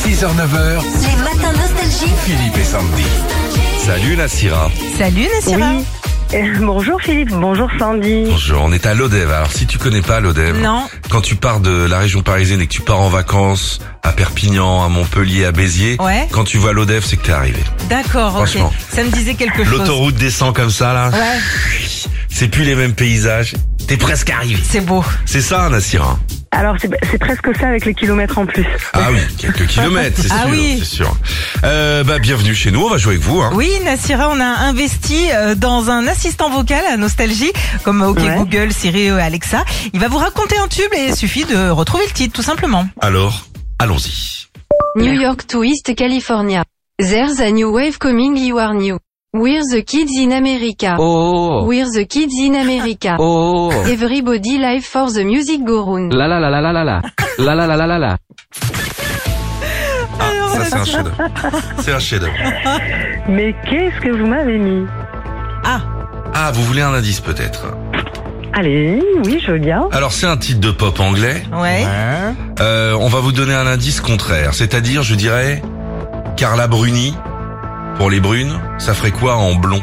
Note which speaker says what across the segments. Speaker 1: 6h-9h,
Speaker 2: Les matins nostalgiques.
Speaker 1: Philippe et Sandy.
Speaker 3: Salut la Syrah.
Speaker 4: Salut Nassira.
Speaker 5: Oui. Euh, Bonjour Philippe, bonjour Sandy.
Speaker 3: Bonjour, on est à l'Odève. Alors si tu connais pas l'Odève,
Speaker 4: Non.
Speaker 3: quand tu pars de la région parisienne et que tu pars en vacances à Perpignan, à Montpellier, à Béziers,
Speaker 4: Ouais.
Speaker 3: quand tu vois l'Odève, c'est que t'es arrivé.
Speaker 4: D'accord, ok.
Speaker 3: Franchement.
Speaker 4: Ça me disait quelque chose.
Speaker 3: L'autoroute descend comme ça là.
Speaker 4: Ouais.
Speaker 3: C'est plus les mêmes paysages. T'es presque arrivé.
Speaker 4: C'est beau.
Speaker 3: C'est ça, Nassira.
Speaker 5: Alors c'est c'est presque ça avec les kilomètres en plus.
Speaker 3: Ah oui, quelques kilomètres, c'est
Speaker 4: Ah
Speaker 3: sûr,
Speaker 4: oui.
Speaker 3: c'est sûr. Euh, bah bienvenue chez nous, on va jouer avec vous. Hein.
Speaker 4: Oui, Nassira, on a investi euh, dans un assistant vocal à Nostalgie, comme euh, OK
Speaker 5: Ouais.
Speaker 4: Google, Siri, euh, Alexa. Il va vous raconter un tube et il suffit de retrouver le titre, tout simplement.
Speaker 3: Alors, allons-y.
Speaker 6: New York to East California. There's a new wave coming, you are new. We're the kids in America.
Speaker 7: Oh,
Speaker 6: We're the kids in America.
Speaker 7: oh,
Speaker 6: Everybody live for the music go round.
Speaker 7: la la la la la la la, la la la la la la.
Speaker 3: Ah, ça c'est un chef-d'œuvre. C'est un chef-d'œuvre.
Speaker 5: Mais qu'est-ce que vous m'avez mis
Speaker 3: Ah, vous voulez un indice peut-être
Speaker 5: Allez, oui, je veux bien.
Speaker 3: Alors c'est un titre de pop anglais.
Speaker 4: Ouais.
Speaker 3: Euh, on va vous donner un indice contraire, c'est-à-dire, je dirais, Carla Bruni, pour les brunes, ça ferait quoi en blond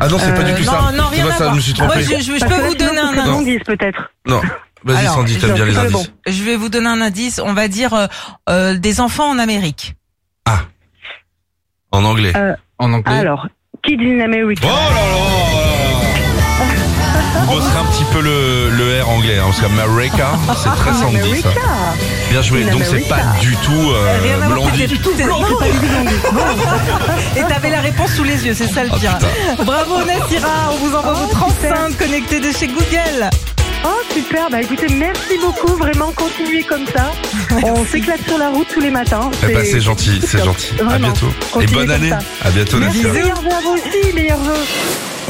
Speaker 3: Ah non, c'est pas du tout
Speaker 4: non,
Speaker 3: ça.
Speaker 4: Euh, non,
Speaker 3: C'est
Speaker 4: rien
Speaker 3: pas
Speaker 4: à
Speaker 3: ça,
Speaker 4: voir.
Speaker 3: je me suis
Speaker 4: Moi,
Speaker 3: trompé.
Speaker 4: je, je- je
Speaker 5: Parce
Speaker 4: peux
Speaker 5: que
Speaker 4: vous
Speaker 5: sinon,
Speaker 4: donner un
Speaker 5: c'est
Speaker 4: indice.
Speaker 5: un indice peut-être.
Speaker 3: Non, vas-y
Speaker 4: Alors,
Speaker 3: Sandy, t'aimes bien les
Speaker 5: c'est
Speaker 3: indices.
Speaker 5: bon.
Speaker 4: Je vais vous donner un indice. On va dire euh, euh, des enfants en Amérique.
Speaker 3: En anglais.
Speaker 4: Euh.
Speaker 7: En anglais.
Speaker 5: Alors, Kids in America.
Speaker 3: Oh là là On bossera un petit peu le, le R anglais, hein, parce qu'America, c'est
Speaker 4: Ah,
Speaker 3: très Sandy ça. Bien joué,
Speaker 5: In
Speaker 3: donc c'est
Speaker 5: America.
Speaker 3: pas du tout euh,
Speaker 4: Rien à voir,
Speaker 3: Blondie.
Speaker 4: c'était tout- Non. Et t'avais la réponse sous les yeux, c'est ça le
Speaker 3: Ah,
Speaker 4: pire.
Speaker 3: putain.
Speaker 4: Bravo Nassira, on vous envoie votre enceinte connectée de chez Google.
Speaker 5: Oh super, bah écoutez, merci beaucoup, vraiment continuez comme ça. On s'éclate sur la route tous les matins.
Speaker 3: Eh ben, c'est gentil, c'est gentil. À
Speaker 5: Vraiment.
Speaker 3: bientôt. Et
Speaker 5: Continuez
Speaker 3: bonne
Speaker 5: comme
Speaker 3: année.
Speaker 5: ça.
Speaker 3: À bientôt,
Speaker 5: Merci,
Speaker 3: Nassira.
Speaker 5: meilleurs vœux à vous aussi, meilleurs vœux.